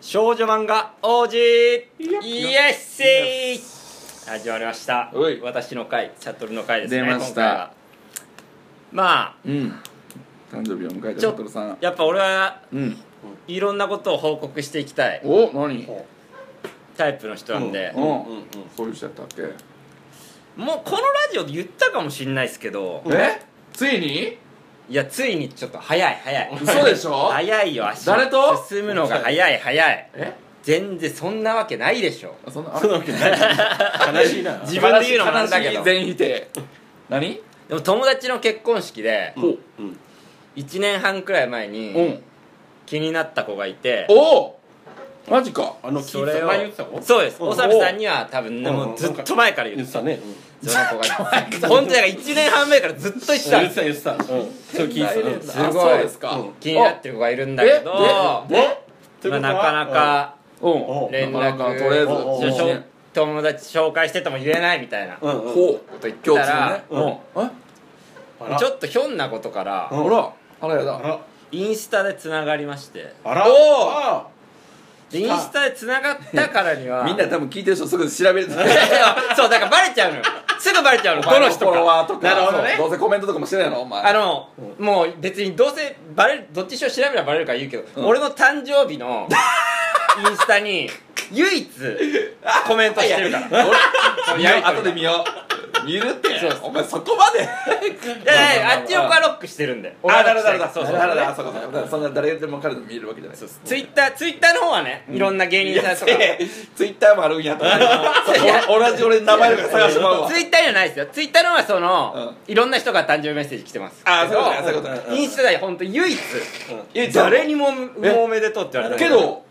少女漫画王子イエッセイ始まりましたおい私の回悟の回ですね出ました今回はまうん誕生日を迎えたちょシャトルさあんやっぱ俺はうんいろんなことを報告していきたいお何タイプの人なんで、うんうんうんそういう人やったっけもうこのラジオで言ったかもしんないですけど、えついにいやついにちょっと早い早い嘘でしょ 早いよ足誰と進むのが早い早いえ全然そんなわけないでしょあそんなあるわけない悲しいな自分で言うのもなんだけど悲しい全否定何でも友達の結婚式でほうん1年半くらい前うにん気になった子がいておおマジかあの聞そいれたを前言ってた子そうですうんおさびさんには多分ねうんもうずっと前から言言っってたてたねその子が本当に1年半前からずっと言ってた言ってた言ってたうんそう聞いてたすごいあそうですかうん気になってる子がいるんだけどおえでといまうあことはなかなかうん連なかな絡かとりあえずおうおうじゃあしょ一年友達紹介してても言えないみたいなうんうんほうと言ってたら共通のねあらちょっとひょんなことからうんえあらあらやあだらインスタでつながりましてあらおーあでインスタでつながったからに はみんな多分聞いてる人すぐ調べるいやいやそうだからバレちゃうのよすぐバレちゃうのこの人フォロワーかとかなるほどねそうどうせコメントとかもしてないのお前あの、もう別にどうせバレるどっちにしろ調べればバレるから言うけど、うん俺の誕生日 のインスタに唯一コメントしてるから俺見よやりとりう後で見よう見るってそうそうお前そこまでいやいやあっちの子はロックしてるんであなるほどなるほどそうそうなるほどあそうかそうかそんな誰でも彼でも見えるわけじゃないそうツイッターツイッターの方はね、いろんな芸人さ んとかツイッターもあるんやと思って そう同じ俺の名前とか探してまう わツイッターじゃないですよツイッターの方はその、いろんな人が誕生日メッセージ来てますあそうけかどそういうことねインスタで本当唯一え誰にも「もうおめでとう」って言われたけど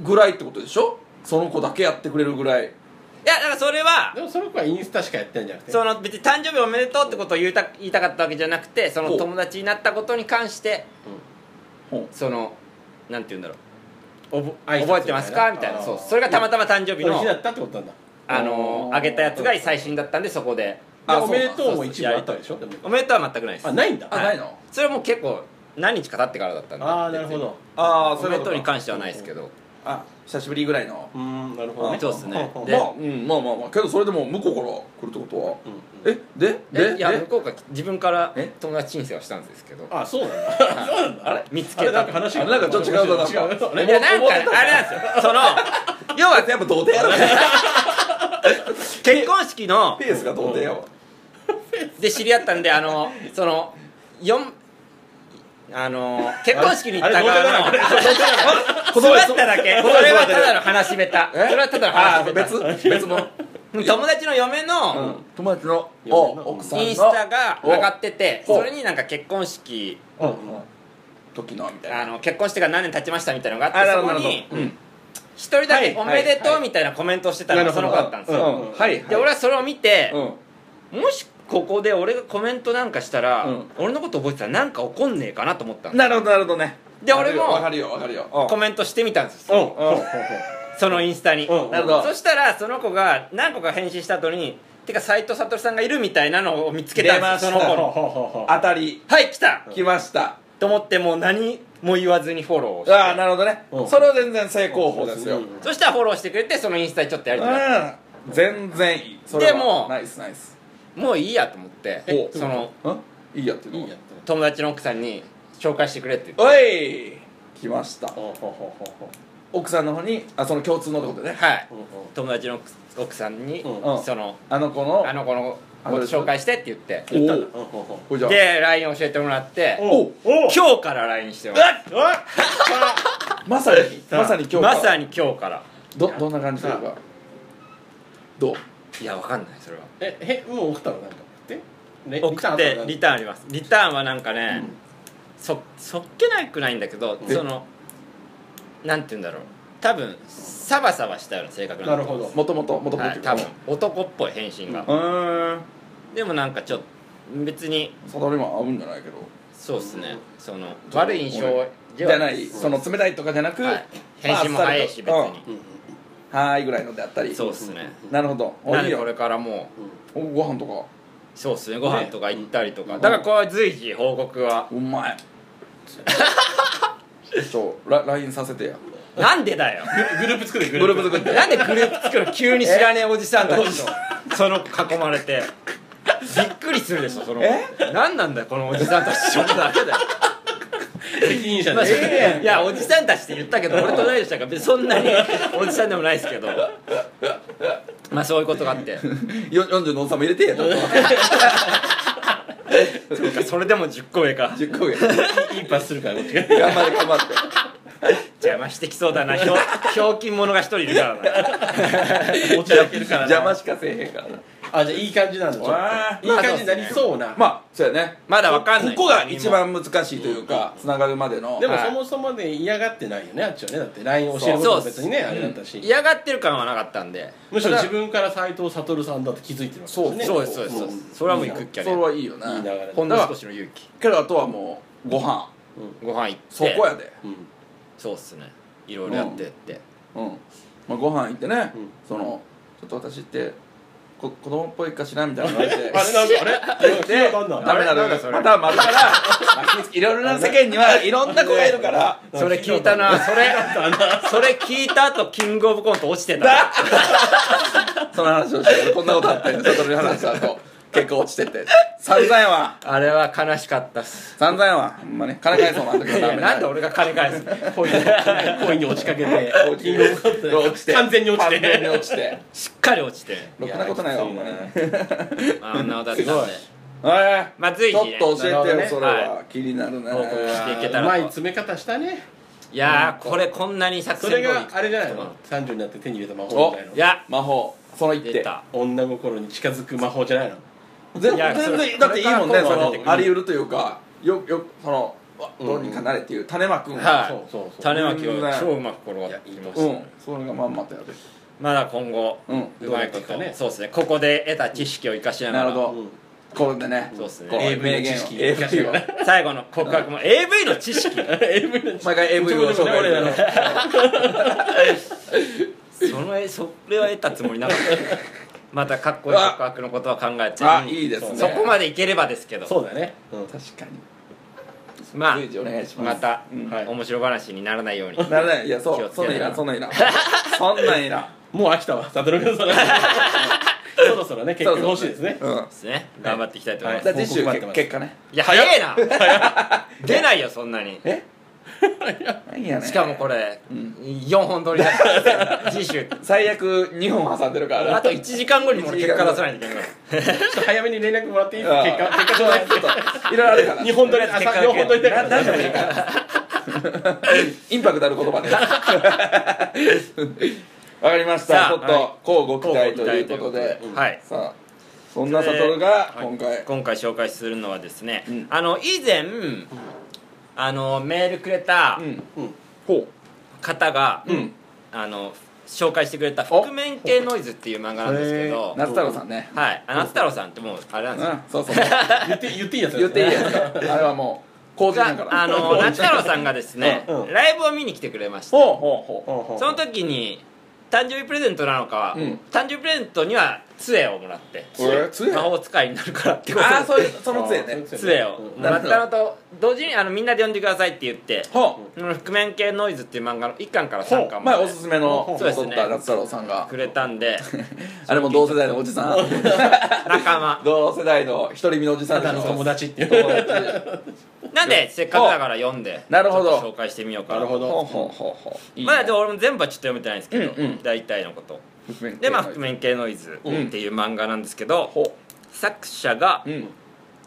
ぐらいってことでしょその子だけやってくれるぐらいいやだからそれはらでもその子はインスタしかやってんじゃなくてその別に誕生日おめでとうってことを言いた言いたかったわけじゃなくてそのほう友達になったことに関してほそのなんて言うんだろうおぼ挨拶みたいな覚えてますかみたいなそうそれがたまたま誕生日そのの日だったってことなんだあのうんあげたやつが最新だったんでそこであでそうおめでとうもそうそう一部あったでしょでもおめでとうは全くないですあないんだあないのそれはもう結構何日か経ってからだったんでああなるほどあおめでとうにか関してはないですけどあ久しぶりぐらいのうーんなるほどねそうっすねほうほうでまあうんまあまあまあけどそれでも向こうから来るってことはうんえでえでいやで向こうが自分からえ友達申請はしたんですけどあそうなんだそうなんだあれ見つあけれなたんか話あれなんかちょっと違うな違うなんかあれいやなんかねあれなんですよその要はやっぱ童貞やろ結婚式のペースが童貞やわで知り合ったんであのその四あの結婚式に行った側のあ れあ座っただけそれはただの話し下手それはただのあ話ーし別別の下手友達の嫁の友達の嫁のお奥さんのインスタが上がっってておそれになんか結婚式時のみたいなあの結婚してから何年経ちましたみたいなのがあなるあほってそどこなるほどにうん一人だけ「はおいめでとう」みたいなコメントをしてたのがその子だったんですうよんはいはいで俺はそれを見てうんもしここで俺がコメントなんかしたらうん俺のこと覚えてたらなんか怒んねえかなと思ったんですなるほどなるほどねで俺もわかるよわかるよコメントしてみたんですうんようんそのインスタにうんなるほどそしたらその子が何個か返信した後に「てか斎藤悟さんがいる」みたいなのを見つけたんですよ出その子ましたほうのほうほうほう当たりはい来た来ましたと思ってもう何も言わずにフォローをしてああなるほどねうんそれは全然正攻法ですようんそしたらフォローしてくれてそのインスタにちょっとやりとりがあっうん全然いいそれはでもナイスナイスたもういいやと思っておそのうんいいやっていうのいはいやって友達の奥さんに紹介してくれって言っておい来ましたほうほうほうほうほ奥さんの方にあその共通のってことねはいううんうん友達の奥さんにうんうんそのあの子のあの子のこと紹介してって言ってお言っおたんだほうほうほうほいじゃあで LINE 教えてもらっておうおう今日から LINE してまうすわっまさにまさに今日まさにに今日からどどんな感じというかどういやわかんないそれはえへもう送ったのなんか送ってね送っリターンあてたリターンありますリターンはなんかね、そそっけなくないんだけどうんそのなんて言うんだろう多分サバサバしたような性格ななるのほどもともともともとはい多分男っぽい返信が、うーんでもなんかちょっと別にそれも合うんじゃないけどそうっすねそのそう悪い印象じではゃないその冷たいとかじゃなくはい返信も早いし別まああっにさりと、うんはーいぐらいのであったりそうっすねなるほどおなんいいでこれよからもうおご飯とかそうっすねご飯とか行ったりとか、ねだからこれは随時 報告はうまいちょっとラ LINE させてや なんでだよグループ作れググループループ作ってなんでグループ作るの急に知らねえおじさんたちと その囲まれてびっくりするでしょその何なんだよこのおじさんたちちょっとだけ だよ責任者まあで、いやおじさんたちって言ったけど俺と同い年だから別にそんなに おじさんでもないですけどまあそういうことがあってよ40のおっさんも入れて ちょっ そうかそれでも10個上かと10個上頑いいパスするからこっちが張って頑 張って邪魔してきそうだなひょひょうきん者が一人いる からな持ち上げるからな邪魔しかせえへんからなあじゃあいい感じなんだちょっとわーいい感じになりそうな、まあそうやねまだわかんないここが一番難しいというかつながるまでのでもはいそもそもね嫌がってないよねあっちはねだって LINE 教えることも別にねあれだったし、嫌がってる感はなかったんでむしろ自分から斎藤悟さんだと気づいてるわけですねそうですそうですそうですそれはもう行くっきゃそれねはいいよいい流ねれだほんの少しの勇気けどあとはもうご飯ご飯行ってそこやでうんそうっすねいろいろやってって、うん、まあ、ご飯行ってね、うんそのちょっと私ってこ子供っぽいかしらみたいな感じ であれなんかあれでなんだダメなあれなんだるそれパターンもあるから まあいろいろな世間にはいろんな子がいるからそれ聞いたなそれそれ聞いた後キングオブコント落ちてたその話をしてこんなことあって外の話した 後結構落ちてて散々やわあれは悲しかったっす散々やわほんまね金返そうなんだけいどダやメなんで俺が金返すの恋に恋に落ちかけてキングオブコントで落ちて 完全に落ちて完全に落ちてしっかり落ちてろくなことないわほんまねまああんなのだったんでえまあ随ちょ時ねっと教えてよそれなるほどねは気になるね報告していけたらうまい詰め方したねいやーこれこんなに作そ戦通れりがあれじゃないの30になって手に入れた魔法みたいいなや魔法その一出手た女心に近づく魔法じゃないの全いやそれ全然だっていいもんこねれそからのこうあり得るというかよよそのわうんどうにかなれっていう種まくんはそうそうそう種まきを超うまく転がってきまうしんそれがまんまとやるたまだ今後ううんまいことどうやっていくかねそうですねここで得た知識を生かしながなるらほどこれでねそうっすねこ AV 名言を知識 AV を最後の告白も AV の知 識 AV の毎回 AV を紹介俺らのしてそのえそれは得たつもりなか ったまたかっこいい告白のことは考えてあいいですねそこまでいければですけどそうだねうん確かにまあ随時お願いしまますたうんはい面白話にならないようにならないいやそ気をうつそけんてなんいらんそんなんいらん そんなんいらんもう飽きたわ悟君そ ろそろそろそろね結そう局そう欲しいですねうんですね頑張っていきたいと思いますじゃあ次週報告待ってます結果ねいや早えな出ないよそんなに何やねんしかもこれん4本撮りだから 次週最悪2本挟んでるからあと1時間後にも俺結果出さないとい けないちょっと早めに連絡もらっていいですうかん結果結果ちちょっょうとだいちょっといろいろあるから日本撮りあ結果ださけ両本撮りだから何でもいいからインパクトある言葉 でわかりましさたあちょっはと乞うご期待ということではいさあそんな悟が今回今回紹介するのはですね、うんあの以前、あのメールくれたうんうんほ方が、ううんあの紹介してくれた「覆面系ノイズ」っていう漫画なんですけど夏太郎さんねはいあ夏太郎さんってもうあれなうんんですよそうそう言って言っていいやつ言っていいやつあれはもう公人だがからあの夏太郎さんがですね、うんうんライブを見に来てくれましたほうほうほそその時に誕生日プレゼントなのかは、うん誕生日プレゼントには杖をもらってうえ杖魔法使いになるからってことでああそういうその杖ね杖をもらったのと同時にあのみんなで呼んでくださいって言ってほその覆面系ノイズっていう漫画の1巻から3う巻ま前おですすめのそうで撮すっねた夏太郎さんがくれたんであれも同世代のおじさん仲間同世代の独り身のおじさんでたしだのょ友達っていう友達なん でせっかくだから読んでなるほどちょっと紹介してみようかなるほほうどほうほうほういいねまだでも俺も全部はちょっと読めてないんですけど、うんうん大体のこと覆面系でまあの覆面系ノイズってうんいう漫画なんですけど、ほ作者がう、うん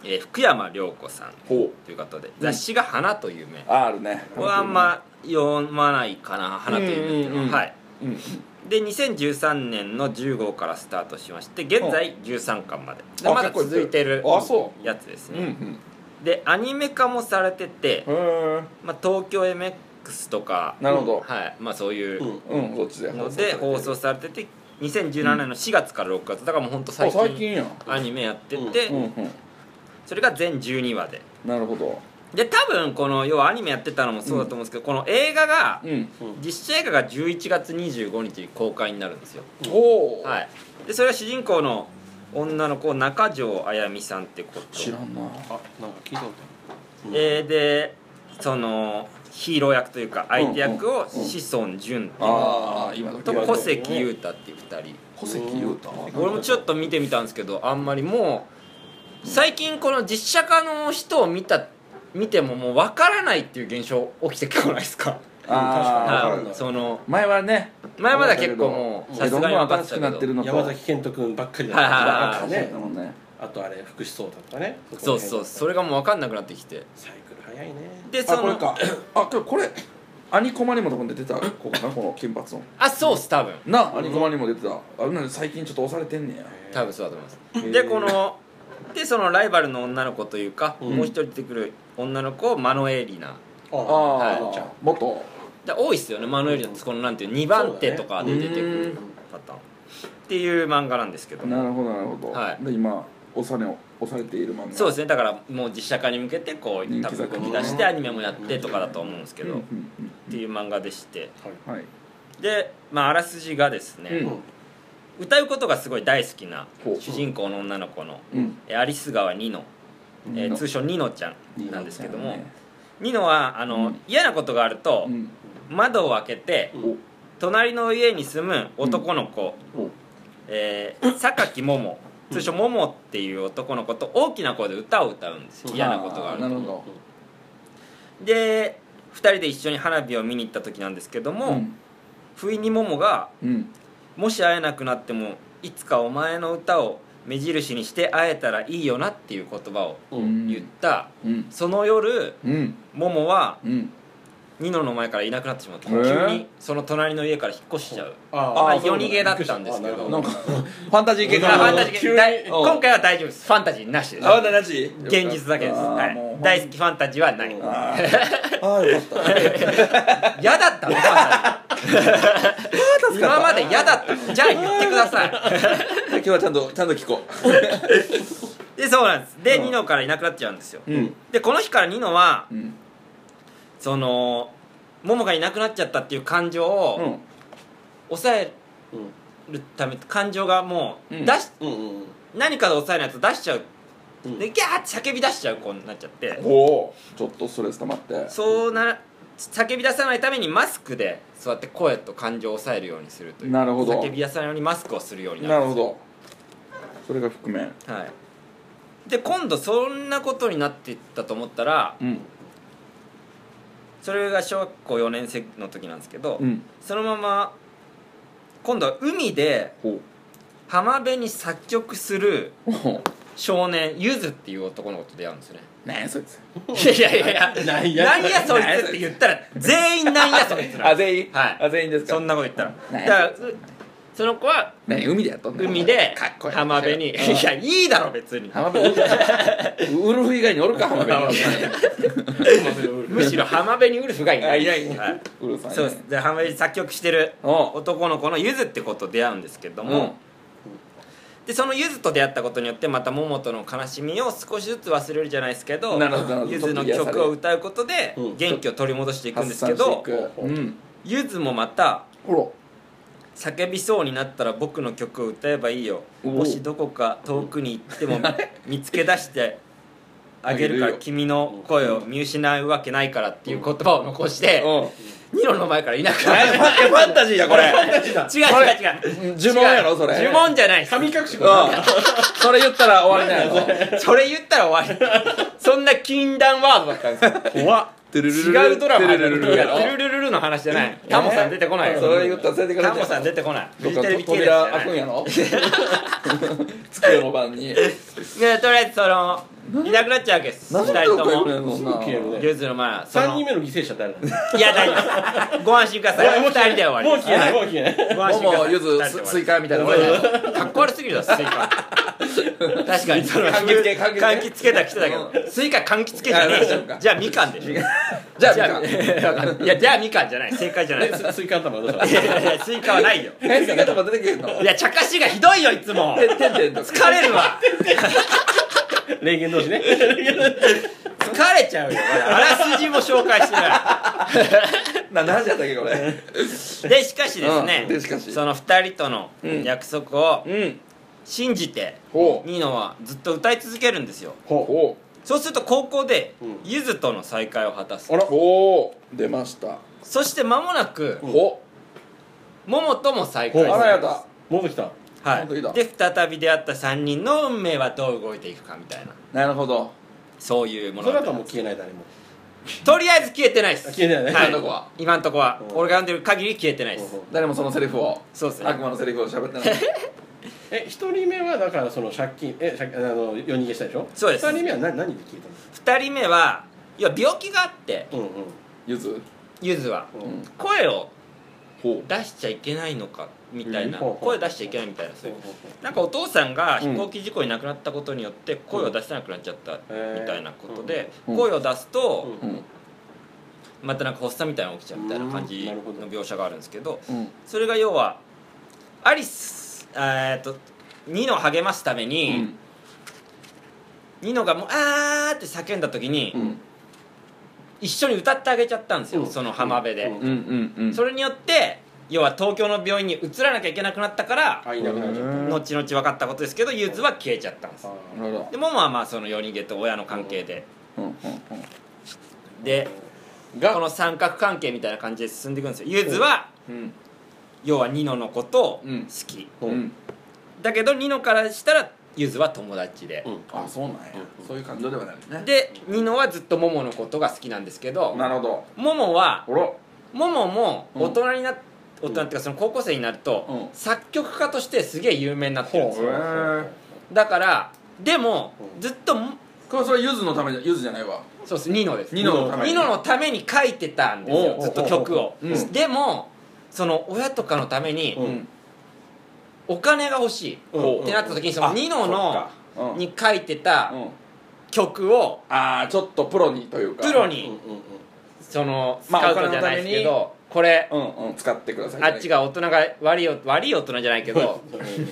えー福山涼子さんほということで雑誌が「花という名う R ねこれはあんま読まないかな「花という名っていうのは、うんうんうんはいうんで2013年の10号からスタートしまして現在13巻までであまだ結構いって続るいてるあそやつですうんうね、んでアニメ化もされててへ、えまあ、東京 MX とかなるほどはいまあ、そういううんうんそっちでので放送されてて2017年の4月から6月だからもうほんとあ最最近近やんアニメやってて、うんうんそれが全12話でなるほどで多分この要はアニメやってたのもそうだと思うんですけど、この映画がうん実写映画が11月25日に公開になるんですよほうはい、でそれは主人公の女の子中条あやみさんってこと知らんなあなんか聞いたことあるえーでそのヒーロー役というか相手役を志尊淳っていうああ今のとうん小関裕太っていう2人小関裕太俺もちょっと見てみたんですけどあんまりもう最近この実写化の人を見た見てももう分からないっていう現象起きてこないです かはいあー分かるんだその前はね前までは結構もうささすすががにに分分かかっっててたたけどけど新しくなってるのと山崎賢人君ばっかりだはいはいったはいかあらねねねあとあれ福士蒼汰とかねそうそうそれがもう分かんなくなってきてサイクル早いねでそあのこれかあ今日これアニコマにも多分出てた子かなこの金髪のあそうっす多分なアニコマにも出てたあなんで最近ちょっと押されてんねや多分そうだと思いまへすーでこのでそのライバルの女の子というか、うんもう一人出てくる女の子をマノエリナああああはいー元で多いっすよねマノエリナってこのなんていう2番手とかで出てくそうだるね方、っていう漫画なんですけどなるほどなるほど、はいで今押され押されている漫画そうですすねだからもう実写化に向けてこう人気多作分動き出してアニメもやってとかだと思うんですけうんど、うんっ、ていう漫画でしてうん、はいで、まあ、あらすじがですね、うん歌うことがすごい大好きなほう主人公の女の子の、うんえアリス川ニノ、えニノー通称ニノちゃんなんですけども、ねニノはあの、うん嫌なことがあると、うん窓を開けてお隣の家に住む男の子、おえー榊もも通称ももっていう男の子と大きな声で歌を歌うんですよ嫌なことがあるなとるほどで2人で一緒に花火を見に行った時なんですけども、うん不意にももがうん「もし会えなくなってもいつかお前の歌を目印にして会えたらいいよな」っていう言葉をうんうん言った、うんその夜うんももはうんニノの前からいなくなってしまってへー急にその隣の家から引っ越しちゃうああ夜逃げだったんですけど なんかファンタジー系あかファンタジー急に大おう今回は大丈夫ですファンタジーなしですあなジ現実だけです、はい、大好きファンタジーはないうんあ ーあーよかった嫌だったのファンタジー今まで嫌だったのじゃあ言ってください今日はちゃんとちゃんと聞こでそうなんですで、うんニノからいなくなっちゃうんですよううんでこの日からニノはうんそのモモがいなくなっちゃったっていう感情うをん抑えうんるため感情がもううん出し、うんうんうん何かで抑えないと出しちゃううんでギャーって叫び出しちゃう子になっちゃっておおちょっとストレス溜まってそうな叫び出さないためにマスクでそうやって声と感情を抑えるようにするというなるほど叫び出さないようにマスクをするようにななるるほどそれが覆面はいで今度そんなことになっていったと思ったらうんそれが小学校4年生の時なんですけど、うんそのまま今度は海でほ浜辺に作曲するうほ少年ゆずっていう男の子と出会うん ですよねなんやそいついやいやいやなんやなんやそいつって言ったら全員なんやそいつらあ全員はいあ全員ですかそんなこと言ったらなんだやからうその子はね海でやっとんねん海でかっこいい浜辺にいうんやいいだろ別に浜辺ウルフウルフ以外におるか浜辺にむしろ浜辺にウルフがいないあいないはいウルフさんそうですで浜辺に作曲してるお男の子のゆずって子と出会うんですけどうも、でそのゆずと出会ったことによってまた桃との悲しみを少しずつ忘れるじゃないですけどなるほどなるほどゆずの曲を歌うことでうん元気を取り戻していくん発ですけ散していどくうんゆずもまたほ叫びそうになったら僕の曲を歌えばいいよおおもしどこか遠くに行っても見つけ出してあげるかあげるらよ君の声を見失うわけないからっていう言葉を残してらうんニロの前からいなくあなるれファファンタジーやこれ違う違う違う呪文やろそれ呪文じゃないです神隠しうんそれ言ったら終わりだよそれ言ったら終わりそんな禁断ワードだったんですよ怖っ違うドラマルルルルやろトゥルルルルの話じゃないタモさん出てこないよそれ言ったら連れてかタれてモさん出てこないフどっジかテレビ系列じ扉ゃな開くんいやろ机の番にねとりあえずそのいなくなっちゃうわけです何2で人どっか行とくねんもそんなすぐ消えるねゆずの前はその3人目の犠牲者誰なのいや大丈夫ですご安心ください2人で終わもうり消えないもう消えないですご安も心くだもさいゆず二人で終わりスイカみたいな俺かっこ悪すぎるだろスイカ確かにその柑橘系柑橘系柑橘系だ来てたけどスイカ柑橘系じゃねあそうえかじゃあみかんでしょ じゃあじゃあみかんいやじゃあみかんじゃない正解じゃないいえスイカ頭どうしたのやいやいやスイカはないよえスイカとか出てけへんのいや茶化しがひどいよいつもえてんてんとか疲れるわ霊言同士ね疲れちゃうよこれあらすじも紹介してなな何時やったっけこれいでしかしですね、うんでしかしその2人とのうん約束をうん信じて、ほうニノはずっと歌い続けるんですよほそうすると高校でうんゆずとの再会を果たすあらおお出ましたそして間もなくうんおももとも再あ会するらやだ戻ってきたは本当にだい、で再び出会った3人の運命はどう動いていくかみたいななるほどそういうもそのれはもう消えない誰もとりあえず消えてないですあ消えてないは今ねのとこは今んとこはうん俺が読んでる限り消えてないですうんうん誰もそのセリフをそうですね悪魔のセリフを喋ってないえ一人目はだからその借金え借あの夜逃げしたでしょそうです二人目は何何で消えた2人目はいや病気があってのうんうんゆずゆずはうん声をほ出しちゃいけないのかみたいなうんほうほう声出しちゃいけないみたいなそういうなんかお父さんが飛行機事故に亡くなったことによって声を出せなくなっちゃったうんみたいなことでうん声を出すとうんううんまたなんか発作みたいなのが起きちゃうみたいな感うんじなのるほど描写があるんですけどうんそれが要はアリスえーっとニノを励ますためうに、んニノがもう「あー」って叫んだ時に、うん一緒に歌ってあげちゃったんですよ、うんその浜辺で、うんうんうんうんそれによって要は東京の病院に移らなきゃいけなくなったから、あいなくなっちゃっうん後々分かったことですけどゆずは消えちゃったんですたあなるほどでもまあまあその夜逃げと親の関係で、うんうんでうんこの三角関係みたいな感じで進んでいくんですよゆずは、うん要はニノのことをうん好き、ーうんだけどニノからしたらゆずは友達で、うんあそうなんやうんそういう感情ではないねでニノはずっとモモのことが好きなんですけどなるほどモモはおろモモもうん大人になっ大ん人っていうかその高校生になると、うん作曲家としてすげえ有名になってるんですほうよへーだからでもうんずっともこれそれゆずのためじゃゆずじゃないわそうですニノですニノのためニにノのために書いてたんですよおうずっと曲を、おうおううんでもその親とかのためうにんうんお金が欲しい、うんってなった時にそのあニノそのっかうんに書いてたうん曲をああちょっとプロにというかプロうんうんにうんそのスまあカウトじゃないですけど、これうんうん使ってくださいあっちが大人が悪いよ悪い大人じゃないけど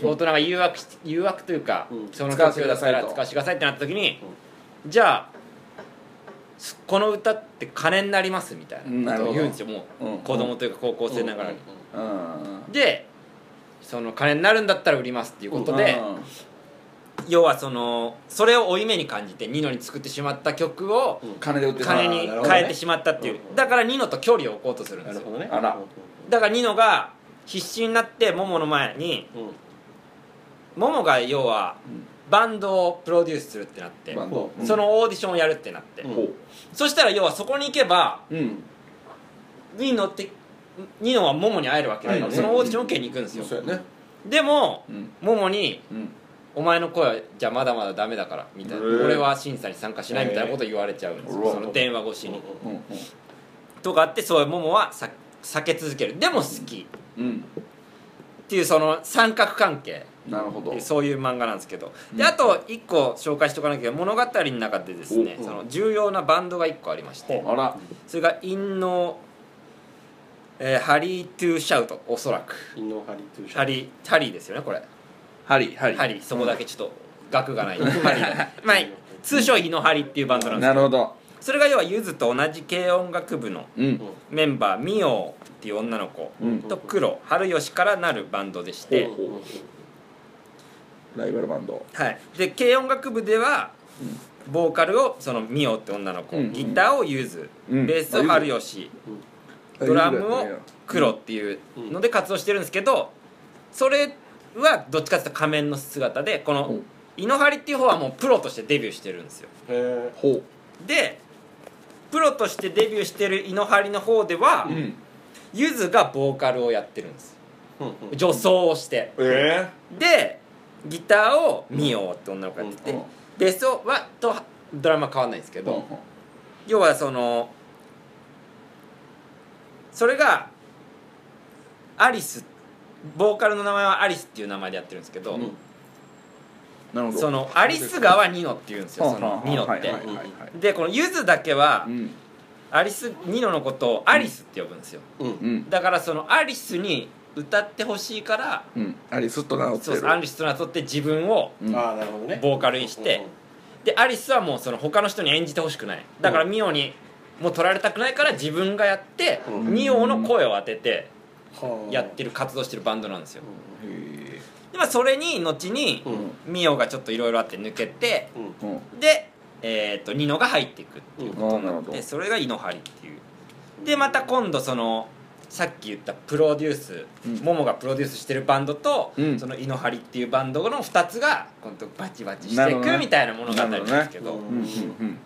う大人が誘惑し誘惑というか、うんその使わ曲せだてくだかさいとら使わせてくださいってなった時に、じゃあすこの歌って金になりますみたいなことを言うんですよもう、うん子供というか高校生ながらに、うんでその金になるんだったら売りますっていうことで、うん要はそのそれを負い目に感じてニノに作ってしまった曲をうん金で売って金にあーなるほどね変えてしまったっていう、うんだからニノと距離を置こうとするんなでるすよほどねあらだからニノが必死になってモモの前にうんモモが要はうんバンドをプロデュースするってなって、バンドそのオーディションをやるってなって、うんほそしたら要はそこに行けばううんニノってニノはモモに会えるわけだから、うんそのオーディションを受けに行くんですよ、そうやねでもうんモモにうん「お前の声はじゃあまだまだダメだから」みたいな「へー俺は審査に参加しない」みたいなことを言われちゃうんですうよわその電話越しにうんとかあってそういうモモはさ避け続けるでも好きうんっていうその三角関係うんなるほどそういう漫画なんですけどうんであと1個紹介しておかなきゃいけない物語の中でですねおその重要なバンドが1個ありましてあらそれが「インノーハリー・トゥ・シャウト」おそらくインノーハリトゥーシャハリーハリーですよねこれハリハリハリーそこだけちょっと額がないハリ ーまあ通称「イノハリ」っていうバンドなんですなるほどそれが要はゆずと同じ軽音楽部のうんメンバーみおっていう女の子うんと黒春吉からなるバンドでして、ほうほうライバルバンドはい、で軽音楽部ではボーカルをそのみおって女の子、うんギターをゆず、うんベースを春吉、ドラムを黒っていうので活動してるんですけどそれはどっちかっていうと仮面の姿でこうのん井ノ張っていう方はもうプロとしてデビューしてるんですよへほでプロとしてデビューしてる井ノ張の方では、ううんゆずがボーカルをやってるんですえ女装をしてえでギターをミオって女の子やってて、うんうんベースをはとドラマ変わんないんですけえど、要はそのそれがアリスボーカルの名前はアリスっていう名前でやってるんですけど、うんなるほどそのアリス側はニノっていうんですよそのニノって、はいはいはいはいでこのゆずだけはうんアリスニノのことをアリスって呼ぶんですよううんんだからそのアリスに歌ってほしいからうんアリスっと名乗ってそうるそうアリスとなとって自分をうんああなるほどねボーカルにしてでアリスはもうその他の人に演じてほしくないだからミオにもう取られたくないから自分がやってうんミオの声を当ててはあやってる活動してるバンドなんですよへえで、まあ、それに後にうんミオがちょっといろいろあって抜けてうんうんでえー、とニノが入っていくっていうことにななっるほてどそれがイノハリっていうでまた今度そのさっき言ったプロデュース、うんモモがプロデュースしてるバンドと、うんそのイノハリっていうバンドの2つが今度バチバチしなてるいほくどねみたいな物語なんですけなどるほどうんうんうん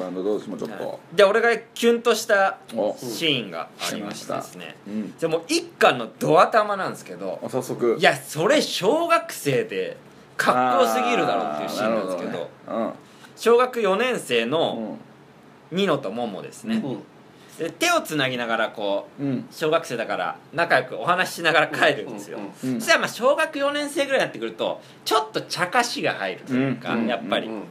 バンド同士もちょっはといで俺がキュンとしたおシーンがありましてですねうんでもう一巻のドア玉なんですけどあ早速いやそれ小学生でかっこよすぎるだろうっていうシーンなんですけどあーなるほ小学4年生どのねニノとモモですね、うんで手をつなぎながらこううんうん小学生だから仲良くお話ししながら帰るんですよ、うんうんそしたらまあ小学4年生ぐらいになってくるとちょっと茶化しが入るというか、うんやっぱり、うん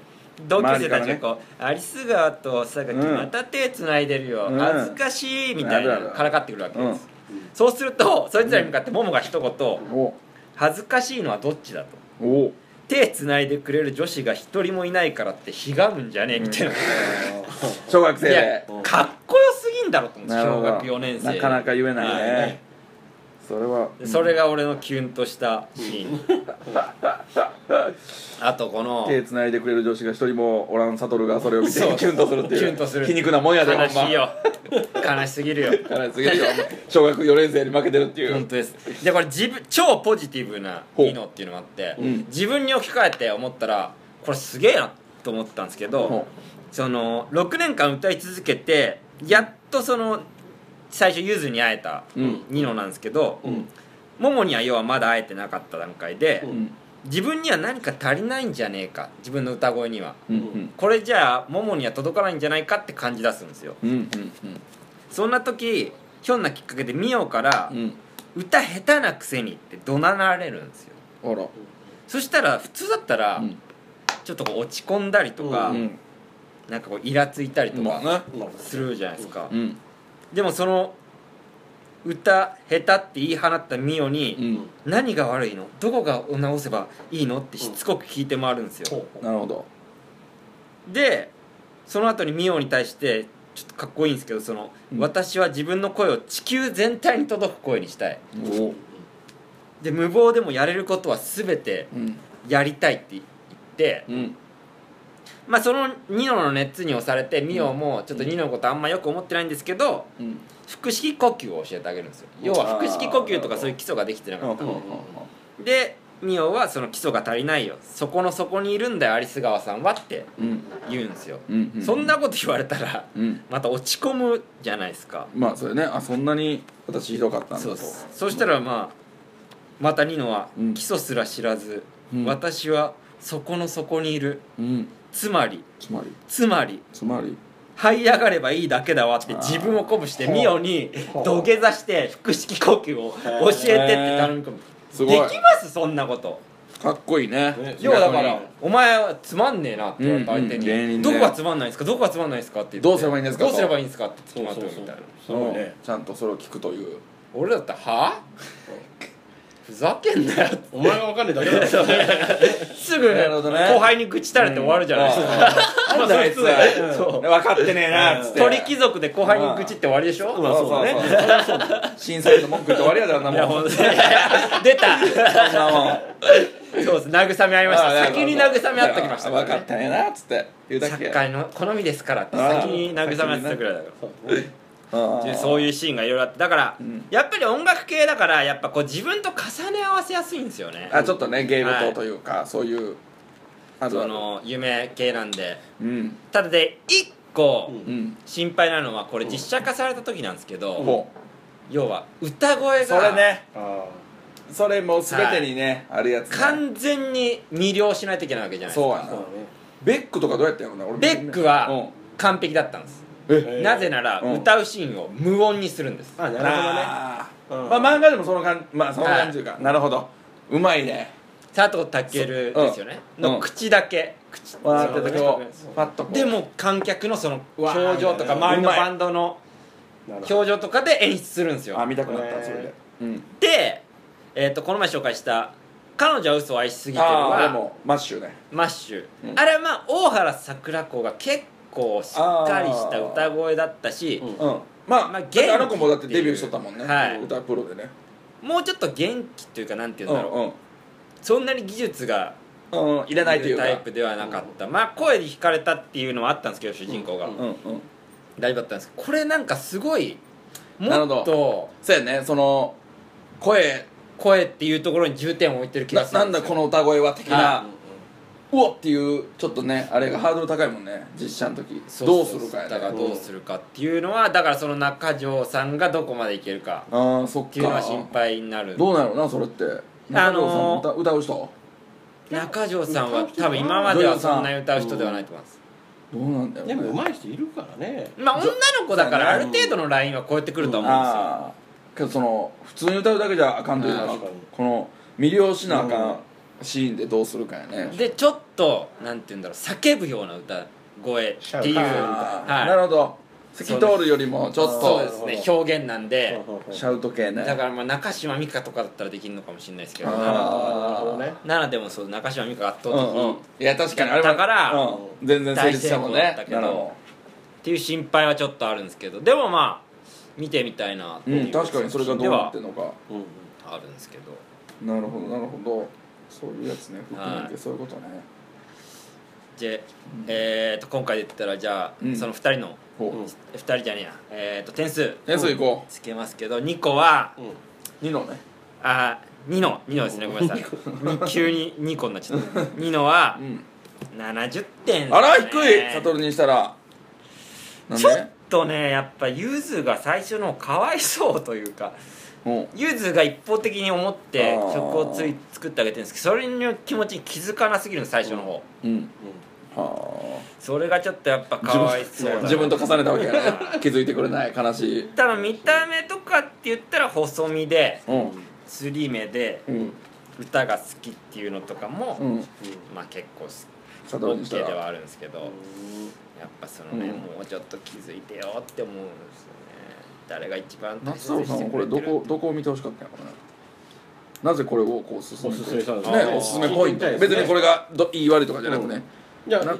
同級生たちがこう「有栖川と榊うんまた手つないでるよ、うん恥ずかしい」みたいあなるあるからかってくるわけです、うんそうするとそいつらに向かってモモが一言お「恥ずかしいのはどっちだ」とお「手つないでくれる女子が一人もいないからってひがむんじゃねえ」みたいな、小学生いやでうんかっこよすぎんだろと思うんですなるほ小ど学4年生なかなか言えないね、はいそれはでそれが俺のキュンとしたシーンあとこの手繋いでくれる女子が一人もおらん悟がそれを見てそうキュンとするっていうキュンとする皮肉なもんやでほんま悲しいよ悲しすぎるよ悲しすぎるよお前小学4年生に負けてるっていう本当ですでこれ自分超ポジティブなほう技能っていうのもあって、うん自分に置き換えて思ったらこれすげえなと思ったんですけどほその6年間歌い続けてやっとその最初ゆずに会えたうんニノなんですけど、うんももには要はまだ会えてなかった段階で、ううんん自分には何か足りないんじゃねえか自分の歌声にはうんうんこれじゃあももには届かないんじゃないかって感じ出すんですようんうんそんな時ひょんなきっかけでミオからうんうん「歌下手なくせに」って怒鳴られるんですよあらそしたら普通だったらうんちょっとこう落ち込んだりとか、うんなんかこうイラついたりとまかあねまあするじゃないですか、うんでもその歌下手って言い放ったミオに、うん何が悪いのどこが直せばいいのってしつこく聞いて回るんですよ、ほうなるほどでその後にミオに対してちょっとかっこいいんですけどその、うん私は自分の声を地球全体に届く声にしたいおで無謀でもやれることは全てうんやりたいって言って、うんまあ、そのニノの熱に押されてミオもちょっとニノのことあんまよく思ってないんですけどうん腹式呼吸を教えてあげるんですよ要は腹式呼吸とかそういう基礎ができてなかったでミオはその基礎が足りないよそこの底にいるんだよ有栖川さんはってうん言うんですよ、うんうそんなこと言われたらうんまた落ち込むじゃないですかまあそれねあそんなに私ひどかったんだそうとですそしたらまあまたニノはうん基礎すら知らず、うん私はそこの底にいるうんつまりつまりつまりつまり這い上がればいいだけだわって自分を鼓舞してミオにほう土下座して腹式呼吸を教えてって頼み込むすでごいきますそんなことかっこいいねね要はだか逆らに「お前はつまんねえな」って言われた相手うんうん芸に「人どねこがつまんないんですかどこがつまんないんですか」って言ってどうすればいいんですかどうすればいいんですかってそ決うまってそうるそみたいうなすごいねちゃんとそれを聞くという俺だったら「は ふざけんなよ」お前がわかんねえだけだろすぐなるほどね後輩に愚痴垂れて終わるじゃないですかかなんだあいつうん分かってねえなっつって鳥貴族で後輩に愚痴って終わりでしょそうそうそうそれはそうだ審査員の文句言って終わりやであんないやもほんんとに 出たそんなもんそうです慰め合いましあたあ先に慰め合ってきました分かったねえなっつって言うだけ作家の好みですからってああ先に慰め合ってたぐらいだからでそうういうシーンがいろいろあってだから、んやっぱり音楽系だからやっぱこう自分と重ね合わせやすいんですよねあちょっとねゲームとというかそういうあそとの夢系なんでうんただで一個うんうん心配なのはこれ実写化された時なんですけど、ほ要は歌声うそれがねあそれもう全てにねあるやつね完全に魅了しないといけないわけじゃないですそうかやあなそうだねベックとかどうやったんやろな俺ベックは完璧だったんです、うんえなぜならうん歌うシーンを無音にするんです、あなるほどねあーうんまあ漫画でもその感まあその感じというかなるほどうまいね佐藤健ですよね、うんの口だけ口わーって時をそうパッとこうでも観客のそのうわー表情とかみた周いなりのバンドのなるほど表情とかで演出するんですよあ見たくなったそれへでうんで、えー、とこの前紹介した「彼女は嘘を愛しすぎてるああではもマッシュね」マッシュ、うんあれはまあ大原桜子が結構しっかりした歌声だったしうんうんまあまあだってあの子もだっ元気ってていデうビューしとったもんねはい歌プロでねもうちょっと元気というかなんてう言んうんだろう、うんそんなに技術がうん入れないというかタイプではなかった、まあ声に惹かれたっていうのはあったんですけど主人公が、うんうんうんだいぶあったんですけどこれなんかすごいもなるっほとそうやねその声声っていうところに重点を置いてる気がなするなんだこの歌声は的な、はうおっていうちょっとねあれがハードル高いもんね実写の時そどうそするかやだからねどうするかっていうのはだからその中条さんがどこまでいけるかああそっっていうのは心か配になるどうなのなそれってあのー中条さん歌歌う人中条さんは多分今まではそんなに歌う人ではないと思いますどうなんだよ、ね、でも上手い人いるからねまあ女の子だからある程度のラインは超えてくるとは思うんですよああけどその普通に歌うだけじゃあかんというかあー確かにこの魅了しなあかうんんシーンでどうするかやねでちょっとなんて言うんだろう叫ぶような歌声っていう、シャウトあーはいなるほど透き通るよりもちょっそうとですね表現なんでほうほうほうシャウト系ねだからまあ中島美嘉とかだったらできるのかもしれないですけどあーなるほどね奈良でもそう中島美嘉が圧う倒的んうにんいや確かにあれはだからうん、全然成立したもんね大成功だったけどなるほっていう心配はちょっとあるんですけどでもまあ見てみたいなってどいううん確かにそれがどうなってんのかうんうんではあるんですけどなるほどなるほどそういうやつね含めはていそういうことねで、えー、と今回で言ったらじゃあ、うんその2人のほうんう2人じゃねえや、えー、と点数点数いこつけますけど2個はうんう2のねあ2の2のですねごめんなさい急に2個になっちゃった2のはうん70点ですね、あら低い悟にしたらなんちょっでとねやっぱゆずが最初の方かわいそうというかうんゆずが一方的に思ってあー曲をつい作ってあげてるんですけどそれの気持ちに気づかなすぎるの最初の方、うんうんはそれがちょっとやっぱあかわいそうだな自分と重ねたわけやね気づいてくれない悲しい多分見た目とかって言ったら細身でうんつり目でうん歌が好きっていうのとかも、うんまあ結構悟オにッしケーたでらはあるんですけど、やっぱそのね、うんもうちょっと気づいてよって思うんですよね誰が一番大夏切に太しさんてはくこれれてどるこどこを見てほしかったんやろうねなぜこれをこう進めておすすめしたんですかねおすすめポイント聞いてみたいですね別にこれがどいい悪いとかじゃなくねじゃなあ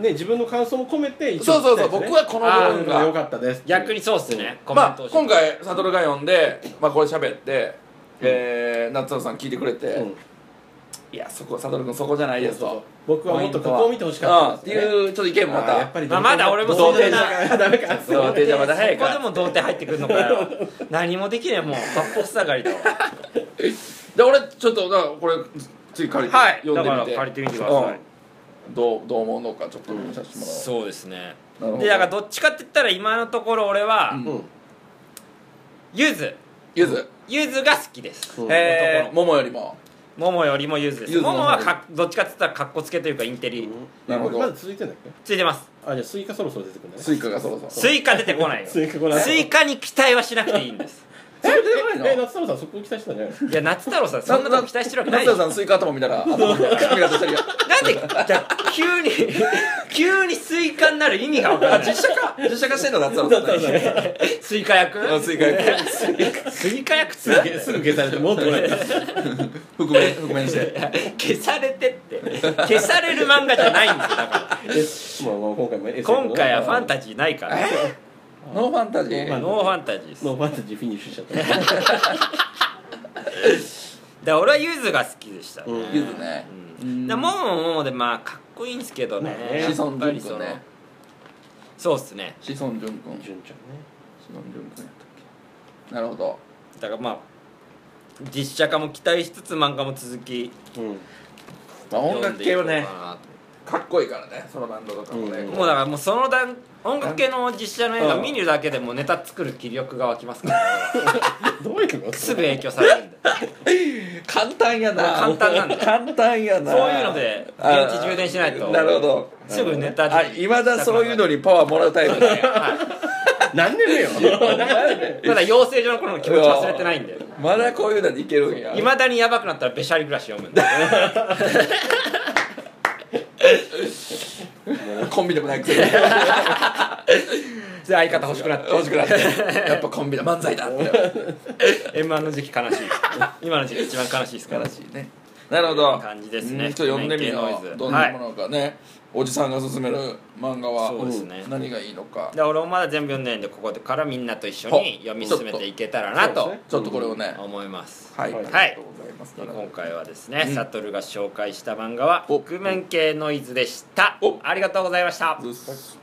ね自分の感想も込めて一応そうそうそう聞きたいですね僕はこの部分あーが良かったです逆にそうっすね、コメンまトあをして今回悟が読んでまあこれ喋ってえー夏太さん聞いてくれうてんいやそこ悟君そこじゃないですと僕はもっとここを見てほしうんかっったてですねいうちょっと意見もまあーたやっぱりまあまだ俺もそう同点だダメかそう定まだ早いこかこでもら童貞入ってくるのか よ何もできねえもう八方塞がりだわで俺ちょっとだからこれ次借りてはい読んでみてだから借りてみてくださいうんどうどう思うのかちょっと見させてもらおうそうですねなるほどでだからどっちかって言ったら今のところ俺は、うんうんゆずゆずゆずが好きです、うんえこのとこーももよりもろももよりもゆずですゆずのも方もはかどっちかって言ったらかっこつけというかインテリ、なるほどまだ続いてんだっけついてますあじゃあスイカそろそろ出てくるんだねスイカがそろそろスイカ出てこ ないよスイカこないスイカに期待はしなくていいんです え出てこないのえ夏太郎さんそこ期待してたんじゃないのいや夏太郎さんそんなとこ期待してるわけない夏で田しょさんスイカ頭見 たら頭髪型してるよなんでじゃ急に 急にスイカになる意味が分からない実写化実写化してんの夏田夏さん太郎さんねスイカ役スイカ役スイカ役つすなぐすぐ消されてもっとこない覆面覆面して消されてって消される漫画じゃないんですよだ からですまあまあ今回も SF の今回はファンタジーないからノーファンタジーまあノーファンタジーですだもかうファンタジーフィニッシュしちゃったら俺はゆずが好きでしたねうんゆずねうんでもももももでまあかっこいいんですけどねまあねや志っ尊ぱり淳そ君のねそうっすね志尊淳君志純ちゃんね尊淳君やったっけなるほどだからまあ実写化も期待しつつ漫画も続きうんまあ音楽系はね読んでいこうかなとかっこいいからねそのバンドとかもねうんもうだからもうその段音楽系の実写の映画見るだけでもうネタ作る気力が湧きますから どういうのすぐ影響され るんで簡単やな簡単なんだよ簡単やなそういうのであー電池充電しないとなるほどすぐネタあいまだそういうのにパワーもらうタイプだね何年目よまだ養成所の頃の気持ち忘れてないんで まだこういうのにいけるんやいまだにヤバくなったらべしゃり暮らし読むん でコンビでもないくせにで 相方欲しくなって欲しくなって やっぱコンビだ漫才だって m 1の時期悲しい 今の時期一番悲しいですから悲しいねなるほど感じですねうんちょっと読んでみよメイン系ノイうズどんなものかねおじさんが勧める漫画そうはですね何がいいのかで俺もまだ全部読んでないんでここでからみんなと一緒に読み進めていけたらなそうとですねちょっとこれをね思いますはいはいありがとうございますでから今回はですね、うんサトルが紹介した漫画は「お覆面系ノイズ」でしたおありがとうございましたずっす